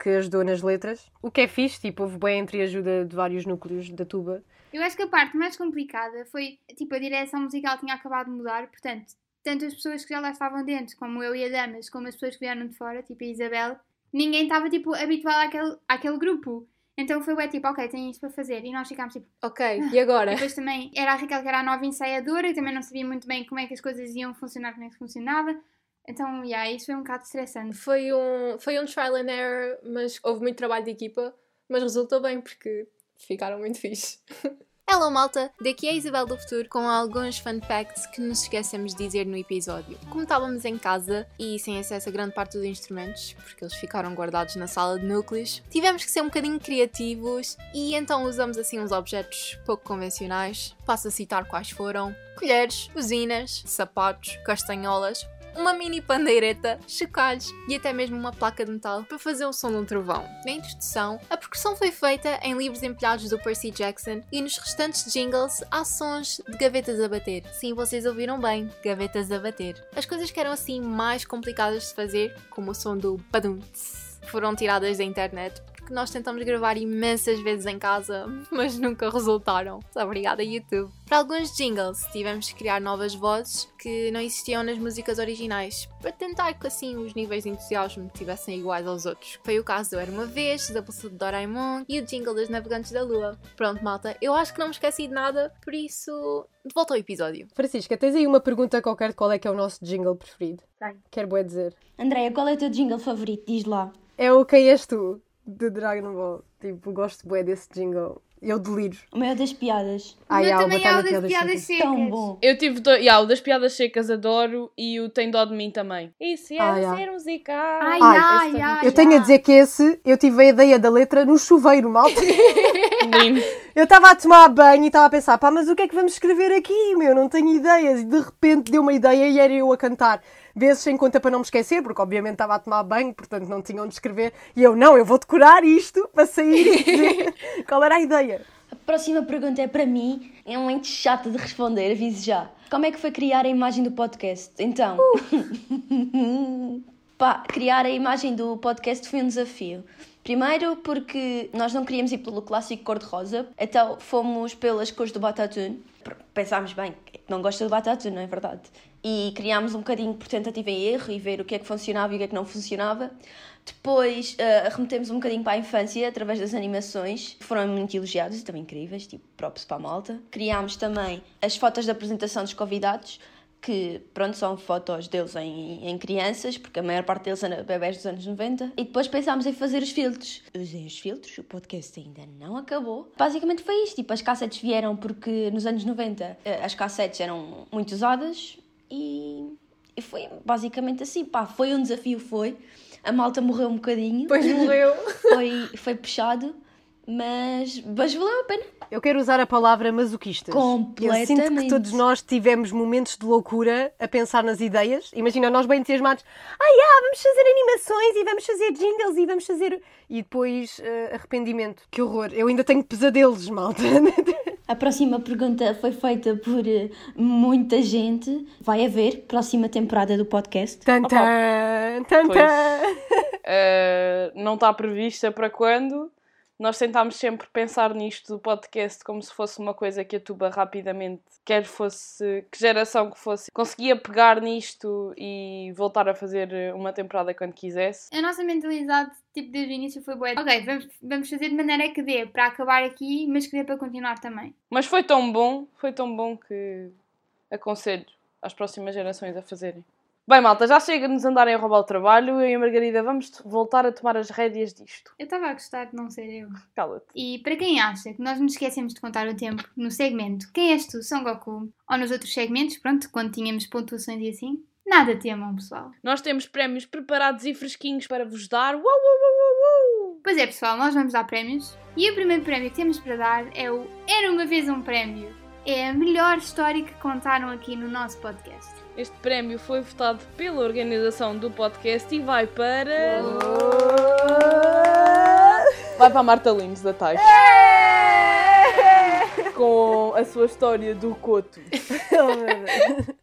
que ajudou nas letras. O que é fixe, tipo, houve bem entre a ajuda de vários núcleos da tuba. Eu acho que a parte mais complicada foi, tipo, a direção musical tinha acabado de mudar, portanto, tanto as pessoas que já lá estavam dentro, como eu e a Damas, como as pessoas que vieram de fora, tipo a Isabel, ninguém estava, tipo, habituado àquele, àquele grupo. Então foi bué, tipo, ok, tem isto para fazer. E nós ficámos, tipo, Ok, e É. agora? depois também era a Raquel que era a nova ensaiadora, que também não sabia muito bem como é que as coisas iam funcionar, como é que funcionava. Então, yeah, isso foi um bocado estressante. Foi um, foi um trial and error, mas houve muito trabalho de equipa, mas resultou bem porque ficaram muito fixe. Hello malta, daqui é a Isabel do Futuro com alguns fun facts que nos esquecemos de dizer no episódio. Como estávamos em casa e sem acesso a grande parte dos instrumentos, porque eles ficaram guardados na sala de núcleos, tivemos que ser um bocadinho criativos e então usamos assim uns objetos pouco convencionais. Passo a citar quais foram: colheres, usinas, sapatos, castanholas, uma mini pandeireta, chocalhos e até mesmo uma placa de metal para fazer o som de um trovão. Na introdução, a percussão foi feita em livros empilhados do Percy Jackson e nos restantes jingles há sons de gavetas a bater. Sim, vocês ouviram bem, gavetas a bater. As coisas que eram assim mais complicadas de fazer, como o som do badum tss, foram tiradas da internet que nós tentamos gravar imensas vezes em casa, mas nunca resultaram. Muito Obrigada, YouTube. Para alguns jingles, tivemos que criar novas vozes que não existiam nas músicas originais, para tentar que assim os níveis de entusiasmo tivessem iguais aos outros. Foi o caso do Era Uma Vez, da Bolsa de Doraemon e o jingle dos Navegantes da Lua. Pronto, malta, eu acho que não me esqueci de nada, por isso, de volta ao episódio. Francisca, tens aí uma pergunta qualquer de qual é que é o nosso jingle preferido? Tenho. Quero boa dizer. Andréia, qual é o teu jingle favorito? Diz lá. É o Quem És Tu, de Dragon Ball. Tipo, gosto bué desse jingle. Eu deliro. O meu das piadas. O meu há também é Batalha o de das piadas tá Secas. secas. Tão bom. Eu tive dois. Yeah, o das piadas secas adoro e o Tem Dó de Mim também. Isso é Ah, yeah. ser um zicá. Ai, Ai, ai, ai. Eu tenho a ai. dizer que esse, eu tive a ideia da letra no chuveiro, malta. Lindo. Eu estava a tomar banho e estava a pensar, pá, mas o que é que vamos escrever aqui, meu? Não tenho ideias. E de repente deu uma ideia e era eu a cantar. Vezes sem conta para não me esquecer, porque obviamente estava a tomar banho, portanto não tinha onde escrever. E eu, não, eu vou decorar isto para sair e dizer qual era a ideia. A próxima pergunta é para mim. É muito chata de responder, aviso já. Como é que foi criar a imagem do podcast? Então. Pá, criar a imagem do podcast foi um desafio. Primeiro porque nós não queríamos ir pelo clássico cor-de-rosa, então fomos pelas cores do Batatune. Pr- Pensámos bem, não gosta do Batatune, não é verdade? E criámos um bocadinho por tentativa e erro e ver o que é que funcionava e o que é que não funcionava. Depois ah, remetemos um bocadinho para a infância através das animações, que foram muito elogiadas e também incríveis, tipo props para a malta. Criámos também as fotos da apresentação dos convidados, que pronto, são fotos deles em, em crianças, porque a maior parte deles são bebés dos anos 90. E depois pensámos em fazer os filtros. Usei os filtros, o podcast ainda não acabou. Basicamente foi isto, tipo, as cassetes vieram porque nos anos 90 eh, as cassetes eram muito usadas e, e foi basicamente assim, pá, foi um desafio, foi. A malta morreu um bocadinho, Depois morreu. foi, foi puxado, mas, mas valeu a pena. Eu quero usar a palavra masoquistas. Eu sinto que Completamente. todos nós tivemos momentos de loucura a pensar nas ideias. Imagina, nós bem entusiasmados. Ah, yeah, vamos fazer animações e vamos fazer jingles e vamos fazer... E depois, eh, arrependimento. Que horror. Eu ainda tenho pesadelos, malta. A próxima pergunta foi feita por eh, muita gente. Vai haver próxima temporada do podcast. tan, tan, tan, Pois. tan. Uh, não está prevista para quando. Nós tentámos sempre pensar nisto do podcast como se fosse uma coisa que a Tuba rapidamente, quer fosse, que geração que fosse, conseguia pegar nisto e voltar a fazer uma temporada quando quisesse. A nossa mentalidade, tipo, desde o início foi boa. Ok, vamos, vamos fazer de maneira que dê para acabar aqui, mas que dê para continuar também. Mas foi tão bom, foi tão bom que aconselho às próximas gerações a fazerem. Bem, malta, já chega de nos andarem a roubar o trabalho. Eu e a Margarida vamos t- voltar a tomar as rédeas disto. Eu estava a gostar de não ser eu. Cala-te. E para quem acha que nós nos esquecemos de contar o tempo no segmento Quem és tu, Son Goku? Ou nos outros segmentos, pronto, quando tínhamos pontuações e assim, nada temam, pessoal. Nós temos prémios preparados e fresquinhos para vos dar. Uau, uau, uau, uau, uau. Pois é, pessoal, nós vamos dar prémios. E o primeiro prémio que temos para dar é o Era uma vez um prémio. É a melhor história que contaram aqui no nosso podcast. Este prémio foi votado pela organização do podcast e vai para. Vai para a Marta Lins da Tais. Com a sua história do Coto. Oh, meu Deus.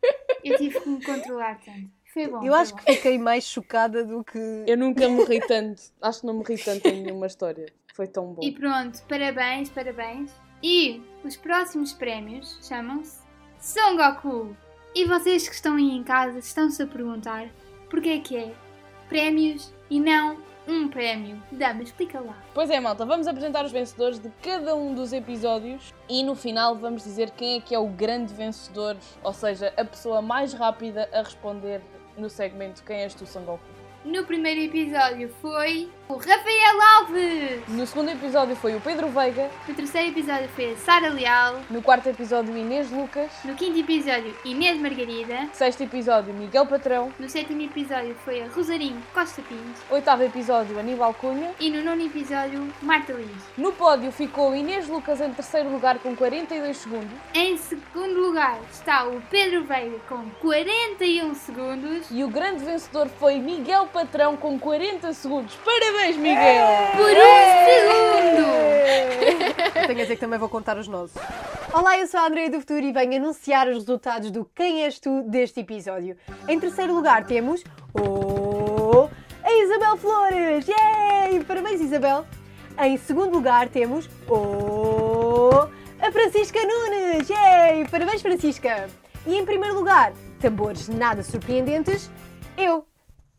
Eu tive que me controlar tanto. Foi bom. Eu foi acho bom. que fiquei mais chocada do que... Eu nunca me ri tanto. Acho que não me ri tanto em nenhuma história. Foi tão bom. E pronto, parabéns, parabéns. E os próximos prémios chamam-se Son Goku. E vocês que estão aí em casa estão-se a perguntar porquê é que é prémios e não um prémio. Dama, explica lá. Pois é, malta, vamos apresentar os vencedores de cada um dos episódios e no final vamos dizer quem é que é o grande vencedor, ou seja, a pessoa mais rápida a responder no segmento Quem és tu, Son Goku. No primeiro episódio foi o Rafael Alves. No segundo episódio foi o Pedro Veiga, No terceiro episódio foi a Sara Leal. no quarto episódio Inês Lucas, No quinto episódio, Inês Margarida. sexto episódio Miguel Patrão, No sétimo episódio foi a Rosarinho Costa Pinto. oitavo episódio Aníbal Cunha. E no nono episódio, Marta Liz. No pódio ficou Inês Lucas em terceiro lugar com 42 segundos Em segundo lugar está o Pedro Veiga com 41 segundos. e o grande vencedor foi Miguel Patrão com 40 segundos. Parabéns, Miguel! Por um segundo! Eu Tenho a dizer que também vou contar os nossos. Olá, eu sou a Andreia do Futuro e venho anunciar os resultados do Quem És Tu deste episódio. Em terceiro lugar temos. Oh, a Isabel Flores! Yay! Parabéns, Isabel! Em segundo lugar temos o... a Francisca Nunes! Yay! Parabéns, Francisca! E em primeiro lugar, tambores nada surpreendentes, eu.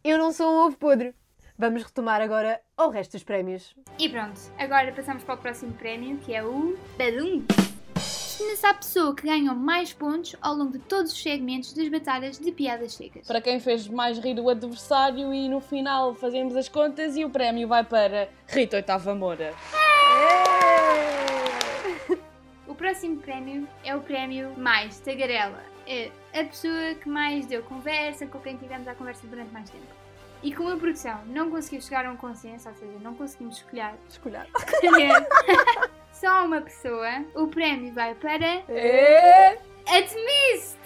Eu não sou um ovo podre. Vamos retomar agora ao resto dos prémios. E pronto, agora passamos para o próximo prémio, que é o Badum. Destina-se à pessoa que ganhou mais pontos ao longo de todos os segmentos das batalhas de piadas secas. Para quem fez mais rir o adversário e no final fazemos as contas e o prémio vai para Rita Oitava Moura. O próximo prémio é o prémio mais tagarela. É a pessoa que mais deu conversa, com quem tivemos a conversa durante mais tempo. E como a produção não conseguiu chegar a um consenso, ou seja, não conseguimos escolher, Escolher. escolher só uma pessoa, o prémio vai para Admist!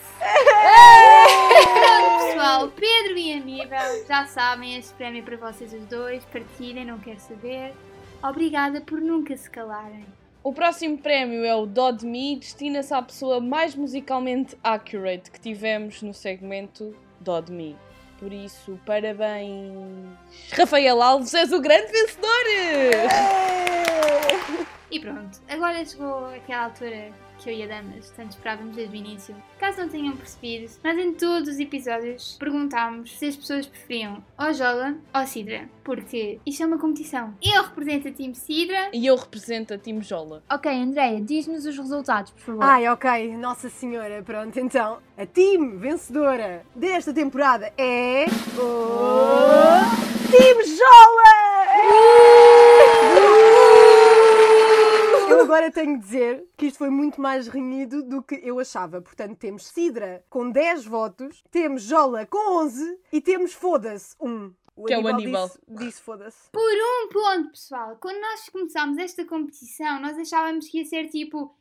Pronto, pessoal, Pedro e Aníbal já sabem este prémio é para vocês os dois. Partilhem, não quero saber. Obrigada por nunca se calarem. O próximo prémio é o Dod Me, destina-se à pessoa mais musicalmente accurate que tivemos no segmento Dod Me. Por isso, parabéns! Rafael Alves, és o grande vencedor! E pronto, agora chegou aquela altura que eu e a Damas tanto esperávamos desde o início. Caso não tenham percebido, nós em todos os episódios perguntámos se as pessoas preferiam ou Jola ou Sidra, porque isto é uma competição. Eu represento a Team Sidra. E eu represento a Team Jola. Ok, Andreia, diz-nos os resultados, por favor. Ai, ok, Nossa Senhora, pronto, então, a time vencedora desta temporada é. O. Time Jola! Eu agora tenho de dizer que isto foi muito mais renhido do que eu achava. Portanto, temos Sidra com 10 votos, temos Jola com 11 e temos Foda-se 1. Que é o Aníbal. Disse, disse Foda-se. Por um ponto, pessoal, quando nós começámos esta competição, nós achávamos que ia ser tipo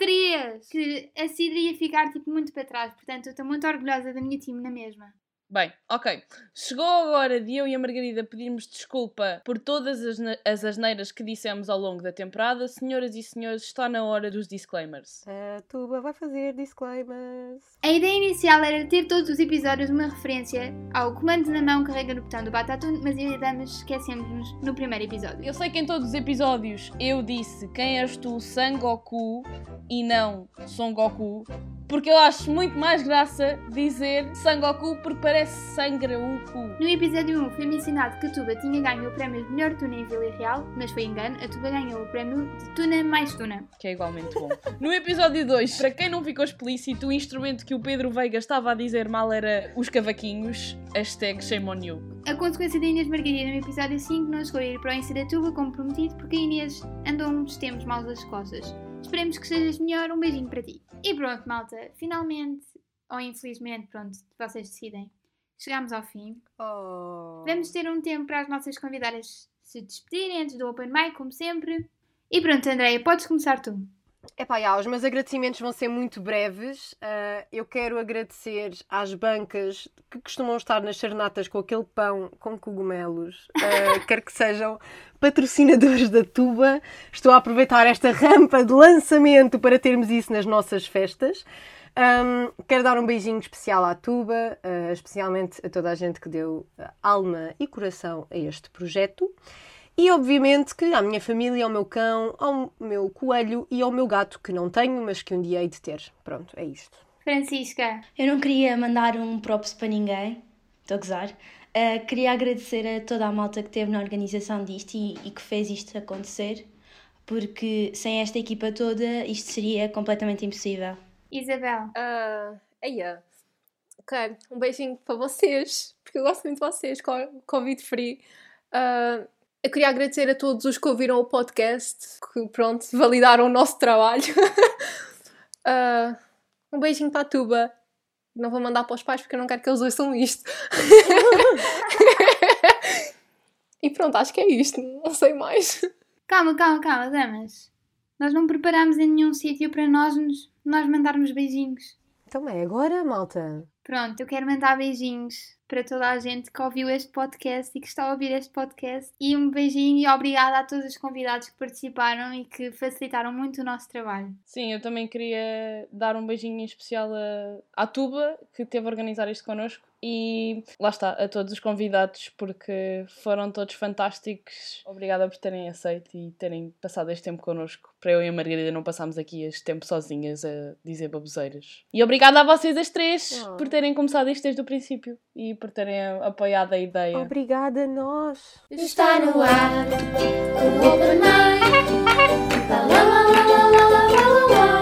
15-3, que a Sidra ia ficar tipo muito para trás. Portanto, eu estou muito orgulhosa da minha time na mesma. Bem, ok. Chegou a hora de eu e a Margarida pedirmos desculpa por todas as, na- as asneiras que dissemos ao longo da temporada. Senhoras e senhores, está na hora dos disclaimers. A Tuba vai fazer disclaimers. A ideia inicial era ter todos os episódios uma referência ao comando na mão que carrega no botão do Batatune, mas eu e a Damas esquecemos no primeiro episódio. Eu sei que em todos os episódios eu disse quem és tu, Sangoku, e não Son Goku, porque eu acho muito mais graça dizer Sangoku porque parece sangra o cu. No episódio 1 foi mencionado que a Tuba tinha ganho o prémio de melhor tuna em Vila Real, mas foi engano, a Tuba ganhou o prémio de tuna mais tuna. Que é igualmente bom. No episódio 2, para quem não ficou explícito, o instrumento que o Pedro Veiga estava a dizer mal era os cavaquinhos, hashtag shame on you. A consequência da Inês Margarida no episódio 5 não escolher ir para o Insta da Tuba como prometido porque a Inês andou uns tempos mal das costas. Esperemos que estejas melhor, um beijinho para ti. E pronto, malta, finalmente, ou infelizmente, pronto, vocês decidem. Chegámos ao fim. Oh. Vamos ter um tempo para as nossas convidadas se despedirem antes do Open Mic, como sempre. E pronto, Andréia, podes começar tu. Epá, já, os meus agradecimentos vão ser muito breves. Ah, eu quero agradecer às bancas que costumam estar nas charnatas com aquele pão com cogumelos. Ah, quero que sejam patrocinadores da Tuba. Estou a aproveitar esta rampa de lançamento para termos isso nas nossas festas. Ahm, quero dar um beijinho especial à Tuba, ah, especialmente a toda a gente que deu ah, alma e coração a este projeto. E obviamente que à minha família, ao meu cão, ao meu coelho e ao meu gato, que não tenho, mas que um dia hei de ter. Pronto, é isto. Francisca, Eu não queria mandar um props para ninguém, estou a gozar. Ah, queria agradecer a toda a malta que teve na organização disto e, e que fez isto acontecer, porque sem esta equipa toda isto seria completamente impossível. Isabel, Ah, aí é. Ok, um beijinho para vocês, porque eu gosto muito de vocês, co- Covid free. Ah, eu queria agradecer a todos os que ouviram o podcast, que pronto, validaram o nosso trabalho. Ah, um beijinho para a Tuba. Não vou mandar para os pais porque eu não quero que eles ouçam isto. e pronto, acho que é isto, não sei mais. calma, calma, calma, damas. Nós não preparámos em nenhum sítio para nós, nos, nós mandarmos beijinhos. Então é agora, malta. Pronto, eu quero mandar beijinhos para toda a gente que ouviu este podcast e que está a ouvir este podcast. E um beijinho e obrigada a todos os convidados que participaram e que facilitaram muito o nosso trabalho. Sim, eu também queria dar um beijinho em especial a- à Tuba, que teve a organizar isto connosco, e lá está, a todos os convidados, porque foram todos fantásticos. Obrigada por terem aceito e terem passado este tempo connosco, para eu e a Margarida não passarmos aqui este tempo sozinhas a dizer baboseiras. E obrigada a vocês as três Oh. por terem começado isto desde o princípio e por terem apoiado a ideia. Obrigada, nós. Está no ar o Open Mic. Lá, lá, lá, lá, lá, lá, lá, lá, lá, lá.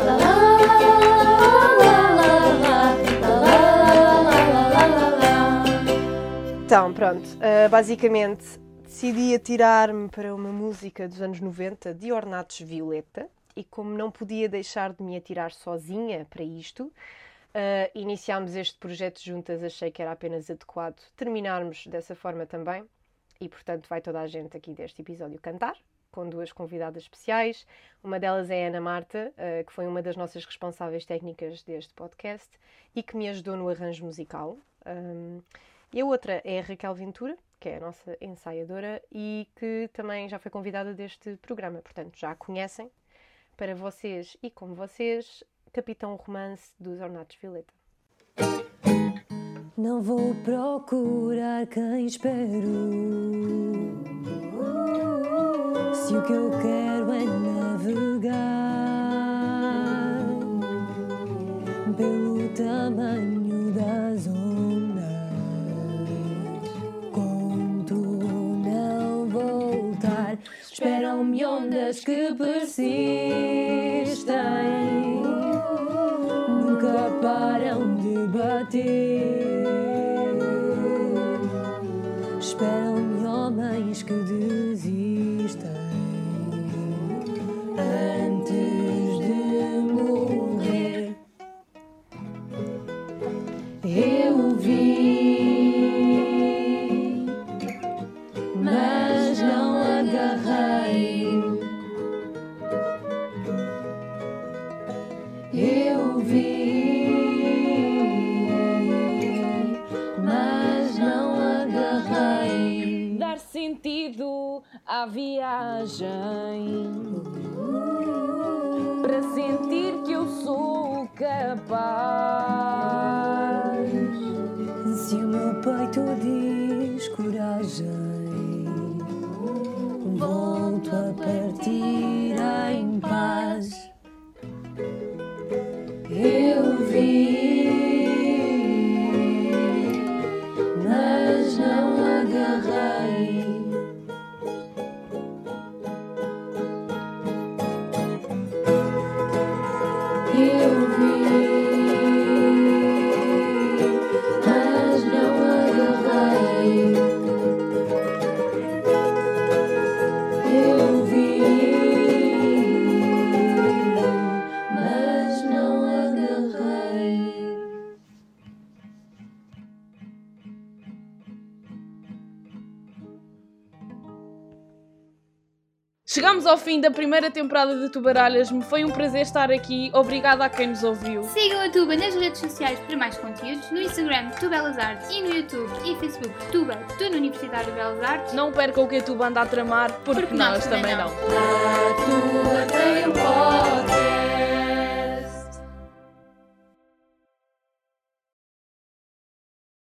Lá, lá, lá, lá, lá, lá, lá, lá. Lá, lá, lá, lá, lá, lá, lá, lá. Então, pronto, ah, basicamente decidi atirar-me para uma música dos anos 90 de Ornatos Violeta e como não podia deixar de me atirar sozinha para isto, ah, iniciámos este projeto juntas, achei que era apenas adequado terminarmos dessa forma também e portanto vai toda a gente aqui deste episódio cantar com duas convidadas especiais, uma delas é a Ana Marta, ah, que foi uma das nossas responsáveis técnicas deste podcast e que me ajudou no arranjo musical. Ahm, e a outra é a Raquel Ventura, que é a nossa ensaiadora e que também já foi convidada deste programa, portanto já a conhecem. Para vocês e como vocês, Capitão Romance dos Ornatos Violeta. Não vou procurar quem espero. Se o que eu quero é navegar pelo tamanho das ondas, conto não voltar. Esperam-me ondas que persistem, nunca param de bater. Esperam-me homens que desistem antes de morrer. Eu vi, mas não agarrei. Eu vi mas não agarrei. Dar sentido à viagem para sentir que eu sou capaz. Se o meu peito diz coragem, volto a partir em paz. Eu vi, mas não agarrei. Eu vi, mas não agarrei. Eu vi, mas não agarrei. Chegamos ao fim da primeira temporada de Tubaralhas-me. Foi um prazer estar aqui. Obrigada a quem nos ouviu. Sigam a Tuba nas redes sociais para mais conteúdos, no Instagram Tuba Belas Artes e no YouTube e Facebook Tuba, Tuna Universitário de Belas Artes. é Não percam o que a Tuba anda a tramar, porque, nós, também não. A tua tem um